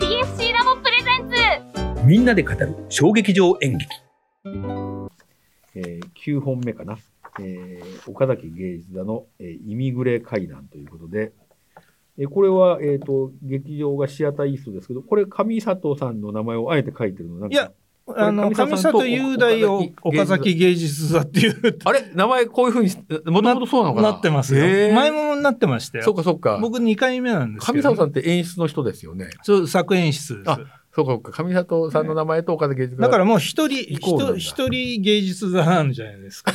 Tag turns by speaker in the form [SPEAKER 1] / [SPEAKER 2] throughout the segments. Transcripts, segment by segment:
[SPEAKER 1] シーラボプレゼンツ
[SPEAKER 2] みんなで語る衝撃場演劇。
[SPEAKER 3] えー9本目かな、えー岡崎芸術座の、えーイミグレ会談ということで、えーこれは、えー、と劇場がシアターイーストですけどこれ上里さんの名前をあえて書いてるのなんか
[SPEAKER 4] いやあの、
[SPEAKER 3] 上
[SPEAKER 4] 上
[SPEAKER 3] 里
[SPEAKER 4] 里
[SPEAKER 3] 雄
[SPEAKER 4] 雄
[SPEAKER 3] 大
[SPEAKER 4] 大
[SPEAKER 3] を
[SPEAKER 4] を
[SPEAKER 3] 岡
[SPEAKER 4] 岡
[SPEAKER 3] 崎
[SPEAKER 4] 崎芸術座っていう、
[SPEAKER 3] あれ名前こういうふうにもともとそうなのかな
[SPEAKER 4] なってますよ。
[SPEAKER 3] へー
[SPEAKER 4] 前もなってました
[SPEAKER 3] そう
[SPEAKER 4] よ。
[SPEAKER 3] かそうか
[SPEAKER 4] 僕2回目なんですけ
[SPEAKER 3] 上
[SPEAKER 4] ど。
[SPEAKER 3] 里さんって演出の人ですよね
[SPEAKER 4] そう、作演出です
[SPEAKER 3] あ。そうかそうか上里さんの名前と岡崎芸術座
[SPEAKER 4] だからもう一人、
[SPEAKER 3] イ
[SPEAKER 4] 一
[SPEAKER 3] コールなんだ
[SPEAKER 4] 人一人芸術座なんじゃないで すか。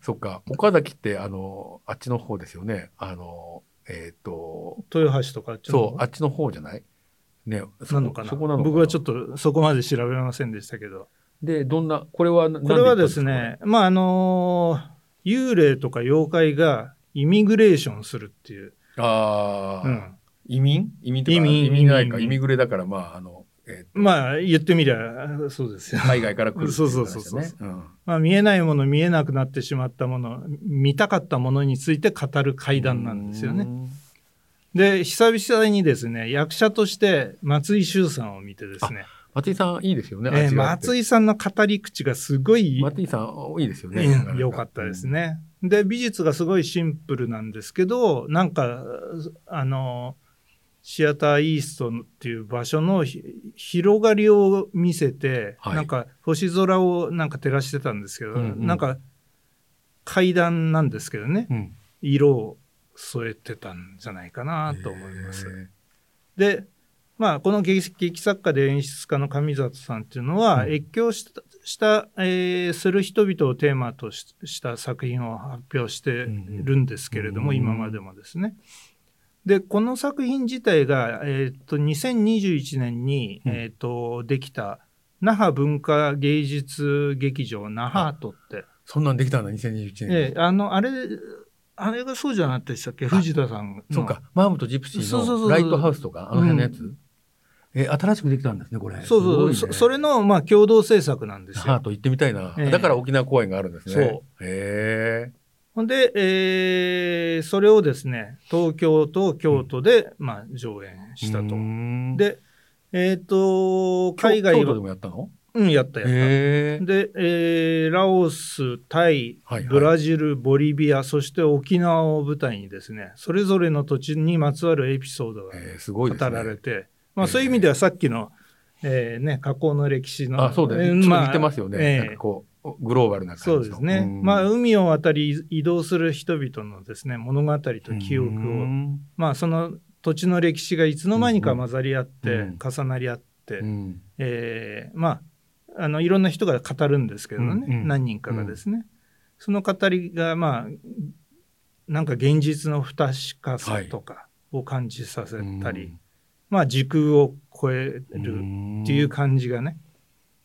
[SPEAKER 3] そっか岡崎ってあのあっちの方ですよねあのえっ、と
[SPEAKER 4] 豊橋とかあっちの方
[SPEAKER 3] そうあっちの方じゃないねそ
[SPEAKER 4] なのかな
[SPEAKER 3] そこなのかな
[SPEAKER 4] 僕はちょっとそこまで調べませんでしたけど。
[SPEAKER 3] でどんなこれはこ
[SPEAKER 4] これはですね、まああのー幽霊とか妖怪がイミグレーションするっていう。
[SPEAKER 3] ああ、
[SPEAKER 4] うん
[SPEAKER 3] 移民移民とか移
[SPEAKER 4] 移
[SPEAKER 3] 民
[SPEAKER 4] 民
[SPEAKER 3] じゃないか
[SPEAKER 4] 移民
[SPEAKER 3] 移民グレだからまああの、えー
[SPEAKER 4] まあ言ってみりゃそうですよ。
[SPEAKER 3] 海外から来るってい
[SPEAKER 4] そうそうそうそう
[SPEAKER 3] 話だねん
[SPEAKER 4] まあ、見えないもの見えなくなってしまったもの見たかったものについて語る会談なんですよね。で久々にですね役者として松井秀さんを見てですね、
[SPEAKER 3] 松井さんいいですよね、
[SPEAKER 4] えー
[SPEAKER 3] 味があって
[SPEAKER 4] 松井さんの語り口がすごい
[SPEAKER 3] 松井さんいいですよね、
[SPEAKER 4] うん良かったですね。で美術がすごいシンプルなんですけどなんかあのシアターイーストっていう場所のひ広がりを見せて、
[SPEAKER 3] はい
[SPEAKER 4] なんか星空をなんか照らしてたんですけど、
[SPEAKER 3] うんうん
[SPEAKER 4] なんか階段なんですけどね
[SPEAKER 3] うん
[SPEAKER 4] 色を添えてたんじゃないかなと思います。でまあこの劇劇作家で演出家の上里さんっていうのは、
[SPEAKER 3] うん
[SPEAKER 4] 越境したした、えーする人々をテーマとしした作品を発表してるんですけれども、
[SPEAKER 3] うんうん
[SPEAKER 4] 今までもですね。でこの作品自体が、えー、と2021年に、
[SPEAKER 3] うん
[SPEAKER 4] えー、とできた那覇文化芸術劇場那覇アートって
[SPEAKER 3] そんなんできたんだ2021年、
[SPEAKER 4] ええあのあれあれがそうじゃなかったでしたっけ藤田さんの
[SPEAKER 3] そうかマームとジプシ
[SPEAKER 4] そうそう
[SPEAKER 3] ー
[SPEAKER 4] そうそ
[SPEAKER 3] の
[SPEAKER 4] う
[SPEAKER 3] ライトハウスとかあの辺のやつ、
[SPEAKER 4] うん
[SPEAKER 3] え新しくできたんですねこれ
[SPEAKER 4] そうそう
[SPEAKER 3] すごい
[SPEAKER 4] そ
[SPEAKER 3] ね
[SPEAKER 4] それの、まあ、共同制作なんです
[SPEAKER 3] ハ
[SPEAKER 4] よ
[SPEAKER 3] ー。ト行ってみたいな、
[SPEAKER 4] ええ
[SPEAKER 3] だから沖縄公演があるんですね
[SPEAKER 4] そう
[SPEAKER 3] へえ
[SPEAKER 4] ほんで、えーそれをですね東京と京都で、まあ、上演したと。
[SPEAKER 3] で
[SPEAKER 4] で、えっと
[SPEAKER 3] 海
[SPEAKER 4] 海
[SPEAKER 3] 外京
[SPEAKER 4] 外
[SPEAKER 3] 都で
[SPEAKER 4] は、
[SPEAKER 3] もやったの
[SPEAKER 4] うん、やったやった。
[SPEAKER 3] へえ
[SPEAKER 4] で、えーラオスタイ
[SPEAKER 3] はいはい
[SPEAKER 4] ブラジルボリビアそして沖縄を舞台にですねそれぞれの土地にまつわるエピソードが
[SPEAKER 3] えーすごいです
[SPEAKER 4] 語
[SPEAKER 3] ね
[SPEAKER 4] られて、まあ、そういう意味ではさっきの、えーね、加工の歴史の
[SPEAKER 3] あそうだ
[SPEAKER 4] え
[SPEAKER 3] よ
[SPEAKER 4] ー
[SPEAKER 3] ねちょっと似てますよね、
[SPEAKER 4] まあえ
[SPEAKER 3] なんかこうグローバルな
[SPEAKER 4] ーそ
[SPEAKER 3] 感
[SPEAKER 4] う
[SPEAKER 3] じ
[SPEAKER 4] で
[SPEAKER 3] の
[SPEAKER 4] すね、
[SPEAKER 3] うん
[SPEAKER 4] まあ、海を渡り移動する人々のですね物語と記憶を、
[SPEAKER 3] うん
[SPEAKER 4] まあ、その土地の歴史がいつの間にか混ざり合って、
[SPEAKER 3] うん
[SPEAKER 4] 重なり合って、
[SPEAKER 3] うん
[SPEAKER 4] えーまああのいろんな人が語るんですけどね、
[SPEAKER 3] うんうん
[SPEAKER 4] 何人かがですね、その語りがまあなんか現実の不確かさとかを感じさせたり、まあ時空を超え
[SPEAKER 3] うん
[SPEAKER 4] るっていう感じがね、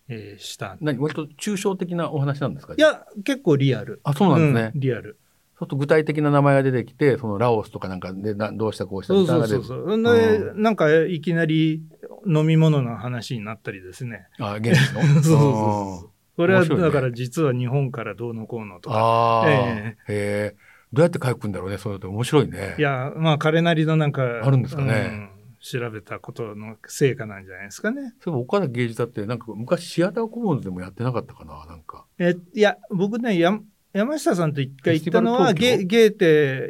[SPEAKER 4] えーしたんで
[SPEAKER 3] 何割と抽象的なお話なんですか
[SPEAKER 4] いや結構リアル
[SPEAKER 3] あそうなんですね、
[SPEAKER 4] うんリアル
[SPEAKER 3] ちょっと具体的な名前が出てきてそのラオスとかなんかでなどうしたこうした
[SPEAKER 4] そう
[SPEAKER 3] みたい
[SPEAKER 4] そ
[SPEAKER 3] な
[SPEAKER 4] う
[SPEAKER 3] のが
[SPEAKER 4] そ
[SPEAKER 3] 出
[SPEAKER 4] う
[SPEAKER 3] て
[SPEAKER 4] そうで、
[SPEAKER 3] う
[SPEAKER 4] なんかいきなり飲み物の話になったりですね
[SPEAKER 3] あ現地の
[SPEAKER 4] そうそうそうそうこれは
[SPEAKER 3] 面白いね
[SPEAKER 4] だから実は日本からどうのこうのとか
[SPEAKER 3] ああ、
[SPEAKER 4] え
[SPEAKER 3] へえどうやって書くんだろうねそういうのって面白いね
[SPEAKER 4] いや、まあ、彼なりのなんか、
[SPEAKER 3] あるんですかね
[SPEAKER 4] うん調べたことの成果なんじゃないですかね。
[SPEAKER 3] そういえば岡崎芸術だってなんか昔シアターコモンズでもやってなかったかななんか
[SPEAKER 4] え、いや、僕ね、や山下さんと一回行ったのは、
[SPEAKER 3] フェスティバ
[SPEAKER 4] ゲ
[SPEAKER 3] ル
[SPEAKER 4] ゲー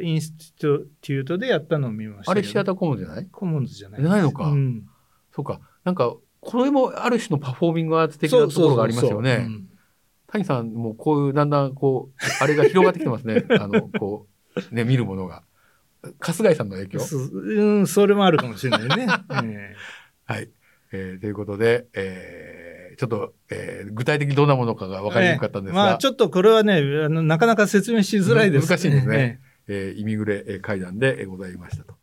[SPEAKER 4] テインスティテュートでやったのを見ました
[SPEAKER 3] あ
[SPEAKER 4] けど。
[SPEAKER 3] れシアターコモンズじゃない
[SPEAKER 4] コモンズじゃない
[SPEAKER 3] じゃないのか
[SPEAKER 4] うん
[SPEAKER 3] そうかなんかこれもある種のパフォーミングアーツ的なところがありますよね。谷さんもこういうだんだんこうあれが広がってきて ますねあのこうね見るものが春日井さんの影
[SPEAKER 4] そ
[SPEAKER 3] 響
[SPEAKER 4] うそうそううんそうん、それもあるかもしれない ね。え
[SPEAKER 3] はい、えーということで、えーちょっと、えー具体的にどんなものかが
[SPEAKER 4] え
[SPEAKER 3] 分かりにくかったんですが、
[SPEAKER 4] まあ、ちょっとこれはね、あのなかなか説明しづらいです、
[SPEAKER 3] 難しいんですね
[SPEAKER 4] ええ
[SPEAKER 3] えー、イミグレえー会談でえーございましたと。